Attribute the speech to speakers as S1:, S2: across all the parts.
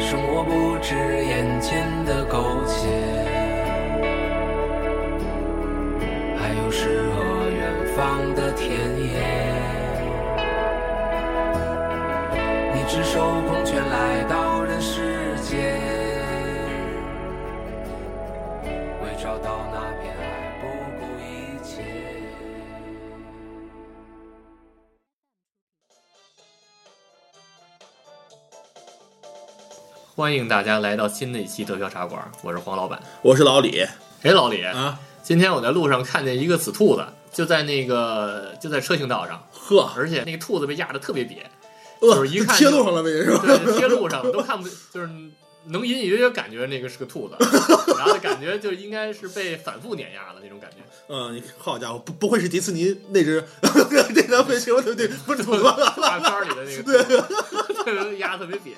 S1: 生活不止眼前的苟且，还有诗和远方的田野。你赤手空拳来到人世间，为找到那片爱不顾一切。
S2: 欢迎大家来到新的一期德飘茶馆，我是黄老板。
S3: 我是老李
S2: 哎，老李，
S3: 啊，
S2: 今天我在路上看见一个死兔子，就在那个就在车行道上，
S3: 呵，
S2: 而且那个兔子被压得特别瘪，
S3: 呃
S2: 就是 一看就
S3: 贴路上了呗，是吧？
S2: 对，贴路上都看不， 就是能隐隐约约感觉那个是个 兔子，然后感觉就应该是被反复碾压了那种感 觉。
S3: 嗯，你好家伙，不不会是迪士尼那只 那张飞行对不对？不是土
S2: 动
S3: 吧？
S2: 画片儿里的 那个压得特别瘪。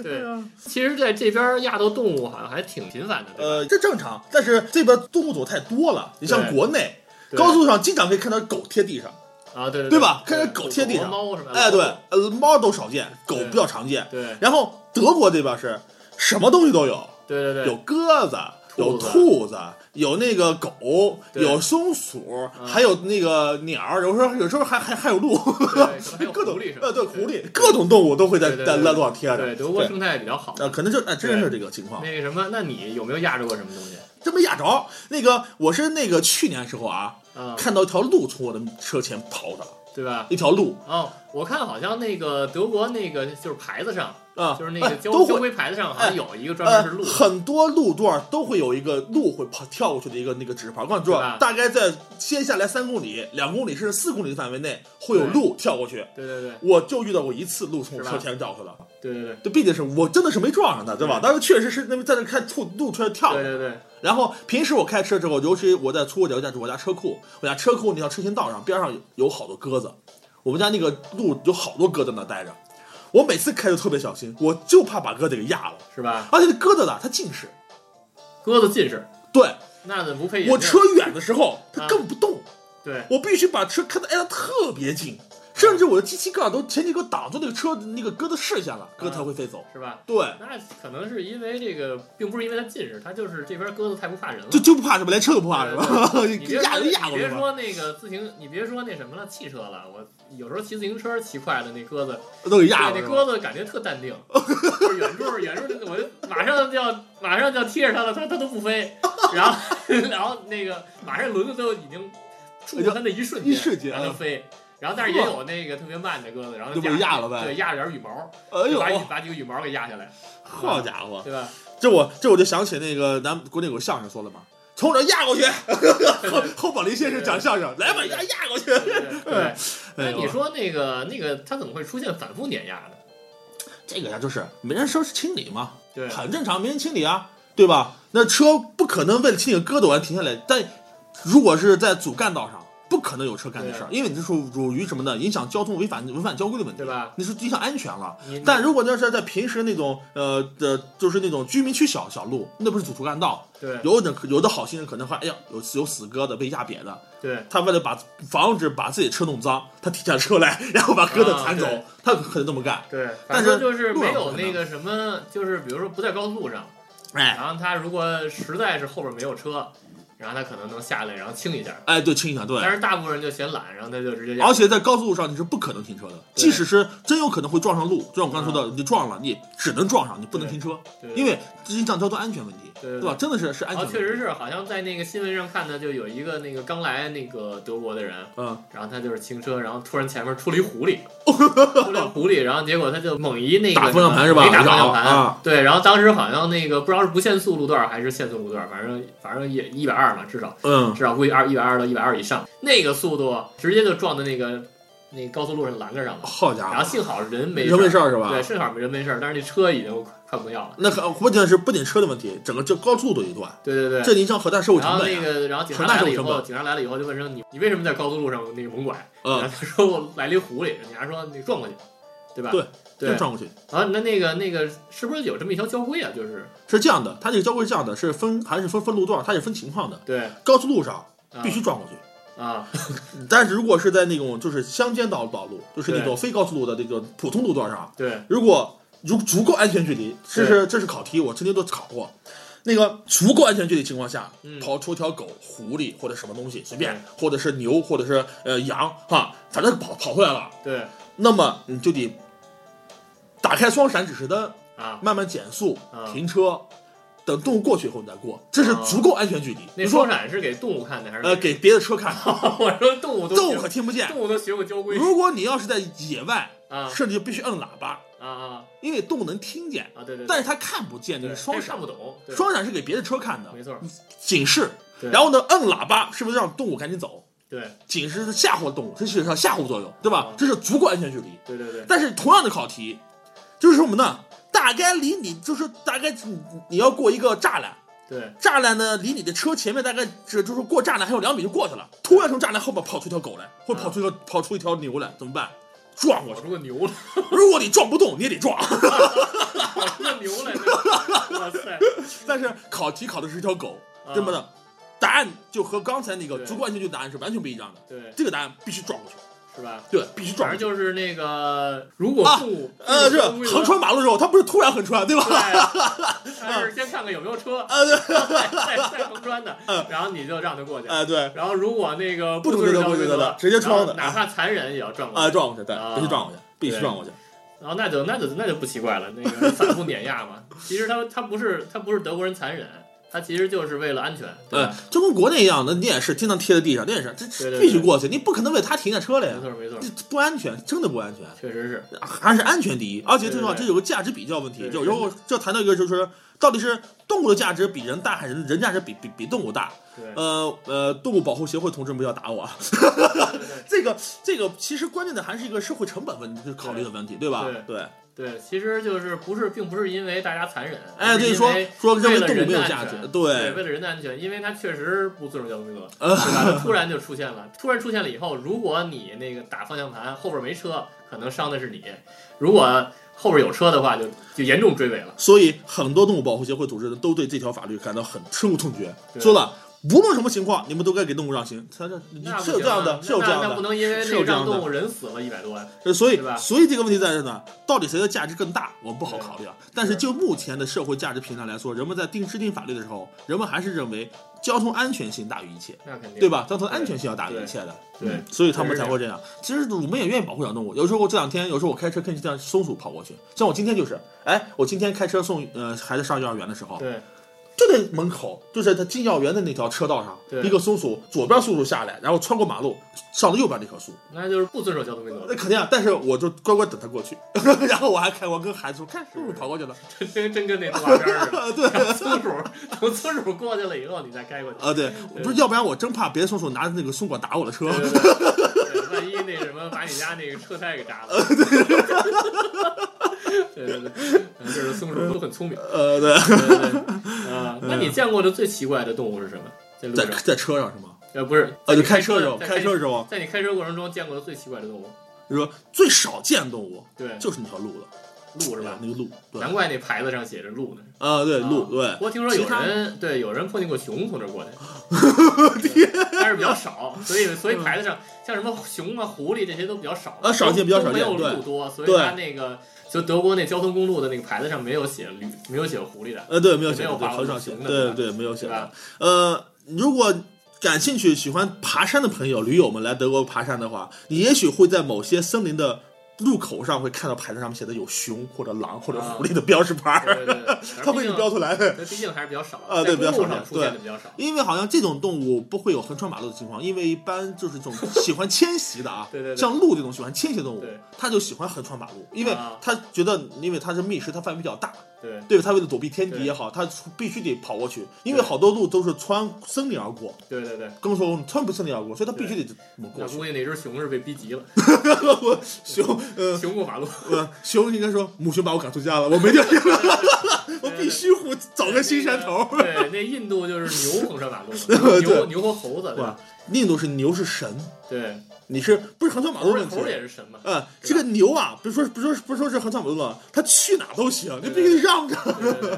S2: 对，其实在这边压到动物好像还挺频繁的，对吧？
S3: 呃，这正常，但是这边动物组太多了，你像
S2: 对
S3: 国内
S2: 对
S3: 高速上经常可以看到狗贴地上，
S2: 啊，对对
S3: 对
S2: 对
S3: 吧看见狗贴地上
S2: 猫什么的，
S3: 哎，对，呃，猫都少见，狗比较常见。
S2: 对
S3: 然后德国这边是什么东西都有，
S2: 对对
S3: 有
S2: 对，
S3: 鸽子，有
S2: 兔子
S3: 兔子，有那个狗，
S2: 对嗯
S3: 有松鼠，还有那个鸟儿，有时候有时候还还还有鹿，
S2: 对可能还有
S3: 各种
S2: 狐狸什么的
S3: 呃对狐狸，各种动物都会在
S2: 对对对
S3: 在
S2: 对
S3: 烂路上贴着。
S2: 对德国
S3: 对
S2: 生态比较好。
S3: 呃，可能就哎，真是这个情况，
S2: 那个什么，那你有没有压着过什么东西？
S3: 真没压着。那个我是那个去年时候啊，
S2: 啊，
S3: 看到一条鹿从我的车前跑的，
S2: 对吧？
S3: 一条鹿
S2: 哦，我看好像那个德国那个就是牌子上，
S3: 啊，
S2: 就是那个
S3: 哎
S2: 交
S3: 都
S2: 交
S3: 会。
S2: 规牌子上好像有一个专
S3: 呃
S2: 门是，鹿，
S3: 很多路段都会有一个鹿会跑跳过去的一个那个指示牌，我告诉你
S2: 对吧
S3: 说，大概在接下来三公里、两公里甚至四公里的范围内会有
S2: 对
S3: 鹿跳过去。
S2: 对对对
S3: 我就遇到过一次鹿从我
S2: 是吧
S3: 车前绕过去了，
S2: 对对对
S3: 这毕竟是我真的是没撞上它，对吧？
S2: 对
S3: 但是确实是那么在那看兔鹿车跳
S2: 对对对，
S3: 然后平时我开车之后，尤其我在出国节，我家我家车库，我家车库那条车行道上边上有有好多鸽子，我们家那个路有好多鸽子在那待着。我每次开都特别小心，我就怕把鸽子给压了。
S2: 是吧？
S3: 而且那鸽子呢，它近视，
S2: 鸽子近视，
S3: 对
S2: 那怎么不配眼镜？
S3: 我车远的时候它根本不动，
S2: 对
S3: 我必须把车开的挨得特别近，甚至我的机器盖儿都前期给我挡住那个车那个鸽子视线了，鸽子才会飞走。
S2: 是吧？
S3: 对，
S2: 那可能是因为这个，并不是因为它近视，它就是这边鸽子太不怕人了。
S3: 就就不怕什么，连车都不怕是吧？
S2: 你别
S3: 压
S2: 说
S3: 就压
S2: 你
S3: 过去
S2: 别
S3: 了，
S2: 说那个自行，你别说那什么了，汽车了。我有时候骑自行车骑快了，那鸽子，
S3: 都给压
S2: 对，那
S3: 过去
S2: 鸽
S3: 了。
S2: 子感觉特淡定，就是远处远处，我就马上就要马上就要贴着它了，它它都不飞，然后 然后那个马上轮子都已经触碰它的一瞬间，
S3: 哎一瞬间啊
S2: 然后它飞。然后，但是也有那个特别慢的鸽子，然后
S3: 就被压了呗
S2: 对，压着点羽毛，
S3: 哎
S2: 就把
S3: 呦哦
S2: 羽，把几个羽毛给压下来，
S3: 好家伙！
S2: 对 吧？
S3: 这我这我就想起那个咱们国内有个相声说了嘛，从我这压过去，后后宝林先生讲相声，来吧，压压过去。
S2: 对对对。那
S3: 哎呦
S2: 你说那个那个，它怎么会出现反复碾压呢？
S3: 这个呀，就是没人收拾清理嘛，
S2: 对，
S3: 很正常，没人清理啊，对吧？那车不可能为了清理个疙瘩完停下来，但如果是在主干道上，不可能有车干这事儿，因为你这属属于什么呢？影响交通违反违反交规的问题
S2: 对，吧？
S3: 那是影响安全了。
S2: 你
S3: 但如果要是在平时那种呃的，就是那种居民区小小路，那不是主主干道，
S2: 对
S3: 有的有的好心人可能会，哎呀，有有死鸽子被压扁的，
S2: 对
S3: 他为了把防止把自己车弄脏，他停下车来，然后把鸽子弹走，
S2: 啊对
S3: 他可能这么干。
S2: 对，反
S3: 但
S2: 正
S3: 是
S2: 就是
S3: 路
S2: 没
S3: 上
S2: 有
S3: 不可
S2: 那个什么，就是比如说不在高速上，
S3: 哎
S2: 然后他如果实在是后边没有车，然后他可能能下来，然后清一下。
S3: 哎，对，清一下，对。
S2: 但是大部分人就嫌懒，然后他就直接压
S3: 而且在高速上你是不可能停车的，
S2: 对
S3: 即使是真有可能会撞上路，就像我刚才说的，你撞了，你只能撞上，你不能
S2: 对
S3: 停车，
S2: 对
S3: 因为这影响交通安全问题，
S2: 对对
S3: 对吧？真的是是安
S2: 然
S3: 全
S2: 后
S3: 问
S2: 确
S3: 题。
S2: 实是，好像在那个新闻上看的，就有一个那个刚来那个德国的人，
S3: 嗯，
S2: 然后他就是轻车，然后突然前面出了一狐 狸，出了一狐狸，然后结果他就猛一那个
S3: 打方向盘是吧
S2: 没打方向
S3: 一绕
S2: 盘
S3: 啊，
S2: 对，然后当时好像那个不知道是不限速路段还是限速路段，反正反正也一百二嘛，至少
S3: 嗯，
S2: 至少估计二一百二到一百二以上，那个速度直接就撞的那个那高速路上拦个上了，
S3: 好家
S2: 然后
S3: 伙，
S2: 幸好人没
S3: 人没事
S2: 儿
S3: 儿是吧
S2: 对，幸好人没事儿，但是那车已经快不要了。
S3: 那可不仅是不仅车的问题，整个这高速都一段，
S2: 对对对，
S3: 这影响很大社会
S2: 然
S3: 成
S2: 后
S3: 本
S2: 那
S3: 呀。
S2: 个，然后警察
S3: 很大
S2: 来了
S3: 社
S2: 以
S3: 会成
S2: 后，
S3: 本
S2: 警察来了以后就问说你你为什么在高速路上那个猛拐？然后
S3: 嗯，
S2: 他说我来了一湖里，警察说你撞过去，对吧？
S3: 对
S2: 对
S3: 真。撞过去。
S2: 啊，那那个那个是不是有这么一条交规啊？就是
S3: 是这样的，它这个交规是这样的，是分还是分分路段，它也分情况的。
S2: 对
S3: 高速路上
S2: 啊
S3: 必须撞过去，嗯
S2: 啊，
S3: 但是如果是在那种就是乡间道道路，就是那种非高速路的这个普通路段上，
S2: 对
S3: 如果如足够安全距离，这是这是考题，我曾经都考过。那个足够安全距离情况下，
S2: 嗯
S3: 跑出条狗、狐狸或者什么东西，随
S2: 对
S3: 便，或者是牛，或者是呃羊，哈，反正跑跑出来了，
S2: 对
S3: 那么你就得打开双闪指示灯，
S2: 啊，
S3: 慢慢减速
S2: 啊，
S3: 停车，等动物过去以后你再过，这是
S2: 啊
S3: 足够安全距离。
S2: 那
S3: 你
S2: 双
S3: 说
S2: 闪是给动物看的还是
S3: 呃给别的车看，
S2: 我说动物都
S3: 动
S2: 学
S3: 物可听不见
S2: 动。物都学过交规
S3: 如果你要是在野外，
S2: 啊
S3: 甚至就必须摁喇叭，
S2: 啊啊
S3: 因为动物能听见，
S2: 啊！对对，对
S3: 但是它看不见，你
S2: 对
S3: 是双
S2: 这看
S3: 闪
S2: 不。懂，对
S3: 双闪是给别的车看的
S2: 没，错，
S3: 警示。
S2: 对
S3: 然后呢，摁喇叭是不是让动物赶紧走？
S2: 对
S3: 警示是吓唬动物，这是上吓唬作用，对吧
S2: 啊？
S3: 这是足够安全距离。
S2: 对对对，
S3: 但是同样的考题，就是什么呢？大概离你就是大概你你要过一个栅栏，
S2: 对
S3: 栅栏呢离你的车前面大概是就是过栅栏还有两米就过去了，突然从栅栏后面跑出一条狗来，或者跑出一条、跑出一条牛来，怎么办？撞过
S2: 跑
S3: 去。
S2: 出个牛来，
S3: 如果你撞不动，你也 得撞。
S2: 跑出个牛来，对 哇塞！
S3: 但是考题考的是一条狗，
S2: 啊
S3: 那么呢，答案就和刚才那个
S2: 对
S3: 足够安全距离答案是完全不一样的。
S2: 对，
S3: 这个答案必须撞过去，
S2: 是吧？
S3: 对，必须
S2: 反
S3: 撞过
S2: 正
S3: 去。
S2: 就是那个，如果
S3: 啊
S2: 动物
S3: 呃，是横穿，马路之后，它不是突然横穿，对吧？
S2: 对，他是先看看有没有车，
S3: 啊，对，
S2: 再再再横穿的
S3: 嗯，
S2: 然后你就让他过去。
S3: 啊，对，
S2: 然后如果那个
S3: 不
S2: 遵
S3: 同意
S2: 守
S3: 的
S2: 交
S3: 不
S2: 规
S3: 同意
S2: 则
S3: 的直接撞的
S2: 然后哪怕残忍也要撞过去
S3: 啊，撞过去，对
S2: 啊，
S3: 必须撞过去，必须
S2: 对
S3: 撞过去。
S2: 然后那就那就那就不奇怪了，那个反复碾压嘛。其实他他不是他不是德国人残忍，他其实就是为了安全，对
S3: 嗯
S2: 吧？，
S3: 就跟国内一样的，你也是经常贴在地上，那也是，
S2: 对
S3: 这
S2: 对
S3: 必须过去，你不可能为他停下车来呀
S2: 没，错没错
S3: 这，不安全，真的不安全，
S2: 确实是
S3: 还是安全第一。而且最重要，
S2: 对对
S3: 这
S2: 对
S3: 有个价值比较问题
S2: 对，
S3: 就
S2: 人
S3: 然后就谈到一个就是到底是动物的价值比人大，还是人人价值比比比动物大？
S2: 对。
S3: 呃呃，动物保护协会同志不要打我啊，
S2: 对对对
S3: 这个这个其实关键的还是一个社会成本问题考虑的问题，对吧？
S2: 对
S3: 对，
S2: 对，其实就是不是，并不是因为大家残忍，
S3: 哎，
S2: 而是
S3: 对，
S2: 因
S3: 说
S2: 为
S3: 说认
S2: 为
S3: 为
S2: 了
S3: 动物
S2: 人
S3: 没有
S2: 的
S3: 价
S2: 安
S3: 值
S2: 全，，
S3: 对，
S2: 为了人的安全，因为他确实不遵守交 规则，
S3: 呃
S2: 对吧？他突然就出现了，突然出现了以后，如果你那个打方向盘后边没车，可能伤的是你；如果后边有车的话，就就严重追尾了。
S3: 所以很多动物保护协会组织都对这条法律感到很深恶痛绝，
S2: 对
S3: 说了无论什么情况，你们都该给动物让行。它这
S2: 那不
S3: 是有这
S2: 行啊
S3: 样的，
S2: 那
S3: 是有这
S2: 那
S3: 样
S2: 那不
S3: 的。
S2: 能因为
S3: 是
S2: 那
S3: 有
S2: 个
S3: 这样
S2: 让
S3: 的
S2: 动物人死了一百多万，
S3: 呃所以
S2: 对吧，
S3: 所以这个问题在这呢，到底谁的价值更大，我们不好
S2: 对
S3: 考虑啊。但是
S2: 是
S3: 就目前的社会价值评价来说，人们在定制定法律的时候，人们还是认为交通安全性大于一切，
S2: 那肯定
S3: 对？吧？交通安全性要大于一切的，
S2: 对对
S3: 嗯所以他们才会这样。其实我们也愿意保护小动物，有时候我这两天，有时候我开车跟这样松鼠跑过去，像我今天就是，哎，我今天开车送呃孩子上幼儿园的时候，
S2: 对
S3: 就在门口，就在他进药园的那条车道上
S2: 对，
S3: 一个松鼠左边松鼠下来，然后穿过马路上了右边那棵树，
S2: 那就是不遵守交通规
S3: 那
S2: 则，
S3: 肯定啊。但是我就乖乖等他过去， 然后我还看我跟孩子说，看松鼠跑过去了，
S2: 真真跟那动画片儿似的。
S3: 啊 对，
S2: 松鼠从松鼠过去了以后，你再开过去。
S3: 啊对，不是，要不然我真怕别的松鼠拿那个松管打我的车
S2: 对。对对，对万一那什么把你家那个车胎给扎了。
S3: 呃
S2: 对对对，嗯就是松鼠都很聪明。
S3: 呃，对，
S2: 对对对，啊，那你见过的最奇怪的动物是什么？在路
S3: 在
S2: 上？
S3: 在车上是吗？
S2: 呃，不是，
S3: 啊，就
S2: 开
S3: 开车的时候，
S2: 在
S3: 开车的时候，
S2: 在你开车过程中见过的最奇怪的动物，
S3: 你说最少见动物
S2: 对，
S3: 就是那条鹿了，
S2: 鹿是吧？
S3: 那个鹿，对，
S2: 难怪那牌子上写着鹿呢。
S3: 啊，对，鹿，对
S2: 不，过听说
S3: 其
S2: 有
S3: 他
S2: 人对有人碰见过熊从这儿过去， 但是比较少，所以所以牌子上像什么熊啊、狐狸这些都比较少
S3: 嗯啊少见比较少
S2: 都没有
S3: 见对
S2: 鹿多，所以
S3: 对
S2: 它那个就德国那交通公路的那个牌子上没有写驴，没有写狐狸的，
S3: 呃，对，没有写
S2: 没有
S3: 的，对，
S2: 划
S3: 很少
S2: 过
S3: 写
S2: 熊
S3: 的，
S2: 的对
S3: 对对，没有写
S2: 对吧
S3: 的。呃，如果感兴趣、喜欢爬山的朋友、驴友们来德国爬山的话，你也许会在某些森林的路口上会看到牌子上面写的有熊或者狼或者
S2: 啊
S3: 狐狸的标识牌儿， 它会给你标出来。
S2: 那毕竟还是比较少
S3: 啊对
S2: 在公路上
S3: 比较少见
S2: 出现的比较少。
S3: 因为好像这种动物不会有横穿马路的情况，因为一般就是这种喜欢迁徙的啊，
S2: 对对对
S3: 像鹿这种喜欢迁徙的动物
S2: 对，
S3: 它就喜欢横穿马路，因为
S2: 啊
S3: 它觉得，因为它是觅食，它范围比较大，
S2: 对
S3: 对吧？它为了躲避天敌
S2: 对
S3: 也好，它必须得跑过去，因为
S2: 对
S3: 好多路都是穿森林而过，
S2: 对对对，
S3: 更说穿不森林而过，所以它必须得这么过
S2: 那
S3: 去。
S2: 估计哪只熊是被逼 急了，
S3: 我熊，呃，
S2: 熊过马路，
S3: 呃，熊应该说母熊把我赶出家了，我没地儿去了， 我必须虎找个新山头。
S2: 对，那印度就是牛横穿 马路嘛，牛牛和猴子，对
S3: 哇
S2: 吧？，
S3: 印度是牛是神，
S2: 对，
S3: 你是不是横穿马路
S2: 猴
S3: 问题
S2: 猴？也是神嘛，
S3: 呃，
S2: 对
S3: 这个牛啊，别说别说别说是横穿马路了，它去哪都行，你必须得让着。
S2: 对对 对，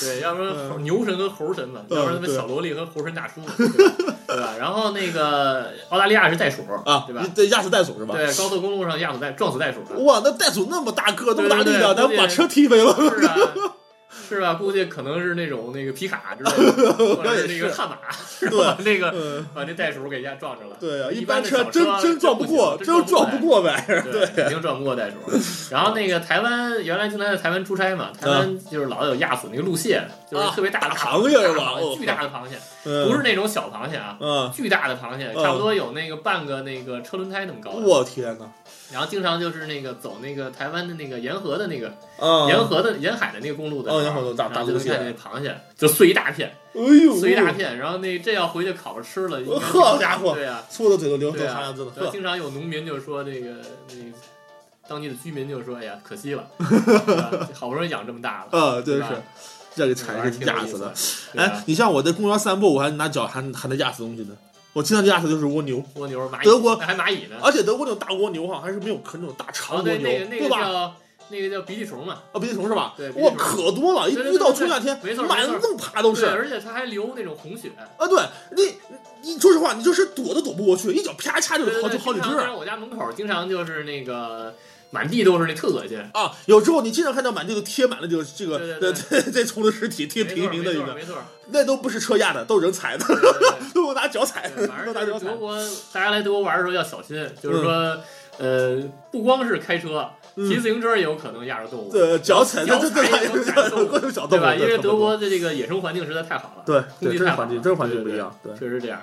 S2: 对，要不然猴牛神跟猴神嘛，要不然他们
S3: 嗯对
S2: 小萝莉和猴神大叔嘛，对吧 对吧？然后那个澳大利亚是袋鼠
S3: 啊，
S2: 对吧
S3: 你？哦得压死袋鼠是吧？
S2: 对，高速公路上压死袋撞死袋鼠了，
S3: 哇，那袋鼠那么大个，那么大力
S2: 对对对
S3: 量，咱们把车踢飞了。
S2: 是啊，是吧？估计可能是那种那个皮卡之类的，或者是那个悍马， 然后把那个
S3: 嗯，
S2: 把那袋鼠给压撞着了。
S3: 对 啊，
S2: 一
S3: 般
S2: 般的
S3: 车
S2: 小
S3: 真
S2: 车
S3: 真撞不
S2: 行
S3: 过，
S2: 真
S3: 真撞
S2: 不
S3: 不
S2: 过。
S3: 过呗。
S2: 对，肯定撞不过袋鼠。然后那个台湾原来经常在台湾出差嘛，台湾就是老有压死那个路蟹，就是特别大的
S3: 嗯啊大螃蟹是吧
S2: 大螃
S3: 哦
S2: 巨大的螃蟹，不
S3: 不
S2: 是，那种小螃蟹啊。
S3: 嗯，
S2: 巨大的螃蟹，
S3: 嗯
S2: 差不多有那个半个那个车轮胎那么高的。
S3: 我天哪，
S2: 然后经常就是那个走那个台湾的那个沿河的那个
S3: 啊，
S2: 沿河的沿海的那个公路的时候，
S3: 哦沿河路大
S2: 然后
S3: 大
S2: 就
S3: 路
S2: 能
S3: 线
S2: 看见螃蟹，就碎一大 片，
S3: 哎呦，
S2: 碎一大片，然后那这要回去烤着 吃了，应该
S3: 呵家伙
S2: 对啊，
S3: 搓的嘴都流
S2: 对
S3: 流沙
S2: 啊
S3: 了，真的，。
S2: 对
S3: 呵，
S2: 经常有农民就说这个那当地的居民就说，哎呀，可惜 了，对吧好不容易养这么大了，
S3: 呃，真
S2: 对吧
S3: 是这
S2: 还
S3: 给踩给
S2: 是挺有
S3: 压
S2: 意思
S3: 死 了
S2: 的。。对
S3: 哎
S2: 啊，，
S3: 你像我在公园散步，我还拿脚还还能压死东西呢。我经常压死就是蜗牛，
S2: 蜗牛、蚂蚁，
S3: 德国
S2: 哎
S3: 哎
S2: 那还蚂蚁呢，
S3: 而且德国那种大蜗牛哈，还是没有可那种大长
S2: 哦，
S3: 蜗
S2: 对，
S3: 牛，
S2: 那个那个
S3: 对吧？
S2: 叫那个叫鼻涕虫嘛，
S3: 啊，鼻涕虫是吧？
S2: 对鼻涕
S3: 哇，
S2: 虫
S3: 可多了，一
S2: 对对
S3: 一到
S2: 对
S3: 春夏天
S2: 没错，没
S3: 满
S2: 错
S3: 弄爬都是。
S2: 对，而且它还流那种红血。
S3: 啊，对你，你说实话，你就是躲都躲不过去，一脚啪嚓就
S2: 对对
S3: 好
S2: 对，
S3: 就好几
S2: 经
S3: 只
S2: 常在我家门口经常就是那个满地都是那特恶心，
S3: 啊！有时候你经常看到满地都贴满了这个这个
S2: 对
S3: 这
S2: 对
S3: 这这虫的尸体，贴
S2: 没错
S3: 平平的一
S2: 没错
S3: 个，
S2: 没错。
S3: 那都不是车压的，都是人踩的，
S2: 对对
S3: 都我拿脚踩
S2: 对对
S3: 的，
S2: 反
S3: 都
S2: 正
S3: 拿
S2: 就是德
S3: 脚踩。
S2: 国，大家来德国玩的时候要小心，就是说，呃，不光是开车，
S3: 嗯
S2: 骑自行车也有可能压着动物，
S3: 对，脚踩
S2: 脚
S3: 这这
S2: 踩也
S3: 这
S2: 能踩动物
S3: 各种小动
S2: 对
S3: 物，
S2: 吧？因为
S3: 差不
S2: 德
S3: 多
S2: 国的这个野生环境实在太好了，
S3: 对
S2: 空
S3: 对，
S2: 气
S3: 真是
S2: 太好
S3: 环境，
S2: 了
S3: 真是环境
S2: 对
S3: 不
S2: 对
S3: 一样。对，
S2: 确实这样。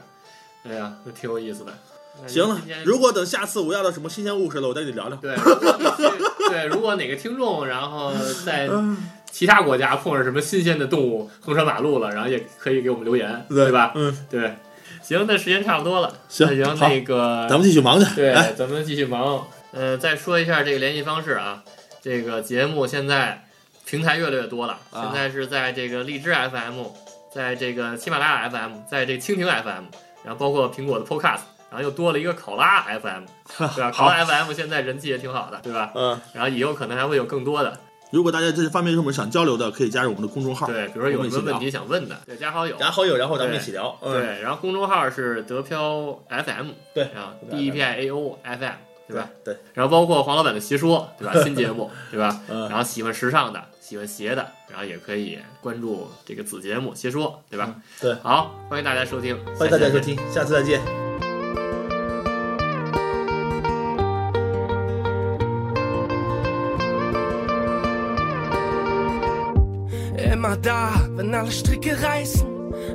S2: 哎呀，那挺有意思的。那
S3: 行了
S2: 今天，
S3: 如果等下次我要到什么新鲜故事了，我再跟你聊聊。
S2: 对，如果你去对，如果哪个听众，然后在
S3: 嗯
S2: 其他国家碰上什么新鲜的动物横穿马路了，然后也可以给我们留言，对吧？
S3: 嗯，
S2: 对，行，那时间差不多了，
S3: 行
S2: 那行，
S3: 好
S2: 那个
S3: 咱们继续 忙去。
S2: 对
S3: 来，，
S2: 咱们继续忙。呃，再说一下这个联系方式啊，这个节目现在平台越来越多了，
S3: 啊
S2: 现在是在这个荔枝 FM，在这个喜马拉雅 FM，在这个蜻蜓 FM，然后包括苹果的 Podcast，然后又多了一个考拉 FM，对吧？考拉 FM 现在人气也挺好的，对吧？
S3: 嗯，
S2: 然后以后可能还会有更多的，
S3: 如果大家这方面有什么想交流的，可以加入我们的公众号，
S2: 对，比如说有什么问题想问的，对，加好友，
S3: 加好友，然后咱们
S2: 对
S3: 一起聊。嗯。
S2: 对，然后公众号是德飘 FM，
S3: 对
S2: 啊
S3: 德飘
S2: D E P I A O F M，对吧？？
S3: 对，
S2: 然后包括黄老板的邪说， 对吧？新节目，对吧？
S3: 嗯
S2: 然后喜欢时尚的，喜欢鞋的，然后也可以关注这个子节目邪说，对吧？
S3: 嗯对
S2: 好，欢迎大家收听，
S3: 欢迎大家收听，下次再见。
S1: Immer da, wenn alle Stricke reißen.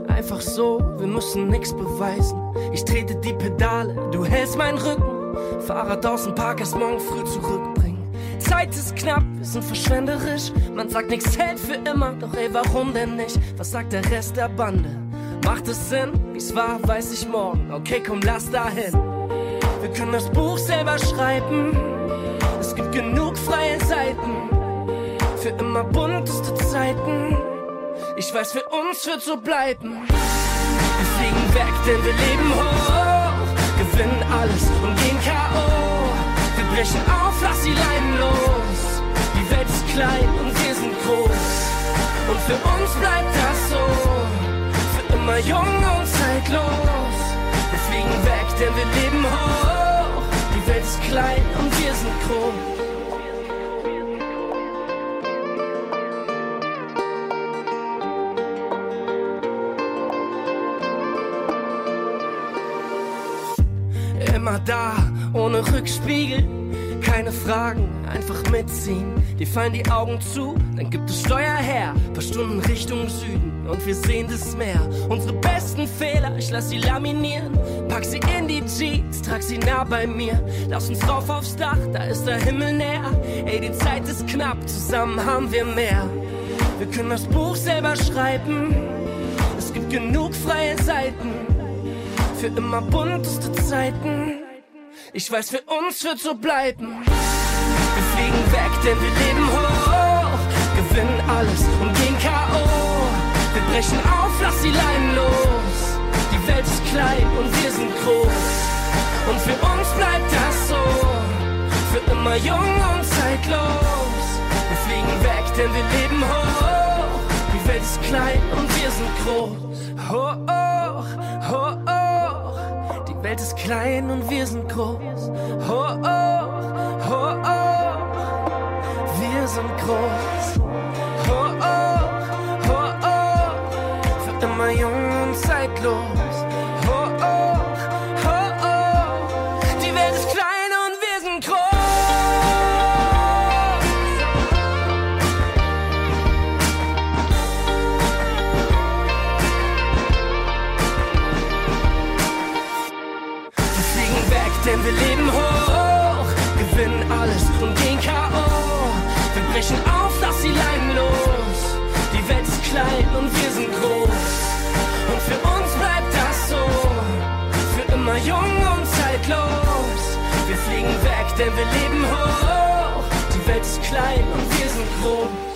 S1: Einfach so, wir müssen nix beweisen. Ich trete die Pedale, du hältst meinen Rücken. Fahrrad aus dem Park erst morgen früh zurückbringen. Zeit ist knapp, wir sind verschwenderisch. Man sagt, nix hält für immer, doch ey, warum denn nicht? Was sagt der Rest der Bande? Macht es Sinn? Wie's war, weiß ich morgen. Okay, komm, lass dahin. Wir können das Buch selber schreiben. Es gibt genug freie Seiten für immer bunteste Zeiten. Ich weiß, für uns wird so bleiben. Wir fliegen weg, denn wir leben hoch. Gewinnen alles und gehen K.O. Wir brechen auf, lass die Leiden los. Die Welt ist klein und wir sind groß. Und für uns bleibt das so. Für immer jung und zeitlos. Wir fliegen weg, denn wir leben hoch. Die Welt ist klein und wir sind groß. Immer da, ohne Rückspiegel.
S4: keine Fragen, einfach mitziehen. Dir fallen die Augen zu, dann gibt es Steuer her. Paar Stunden Richtung Süden und wir sehen das Meer. Unsere besten Fehler, ich lass sie laminieren. Pack sie in die Jeans, trag sie nah bei mir. Lass uns rauf aufs Dach, da ist der Himmel näher. Ey, die Zeit ist knapp, zusammen haben wir mehr. Wir können das Buch selber schreiben. Es gibt genug freie Seiten für immer bunteste Zeiten. Ich weiß, für uns wird so bleiben. Wir fliegen weg, denn wir leben hoch. Gewinnen alles und gehen K.O. Wir brechen auf, lass die Leinen los. Die Welt ist klein und wir sind groß. Und für uns bleibt das so. Für immer jung und zeitlos. Wir fliegen weg, denn wir leben hoch. Die Welt ist klein und wir sind groß. Hoch, hoch, hoch. Die Welt ist klein und wir sind groß. Hoch, hoch, hoch. Wir sind groß. Hoch, hoch, hoch. Für immer jung und zeitlos. Hoch, hoch, hoch. Die Welt ist klein und wir sind groß. Wir fliegen weg, denn wir leben hoch. Gewinnen alles und gehen K.O. Wir brechen auf, lass die Leiden los. Die Welt ist klein und wir sind groß. Und für uns bleibt das so. Für immer jung und zeitlos. Wir fliegen weg, denn wir leben hoch. Die Welt ist klein und wir sind groß.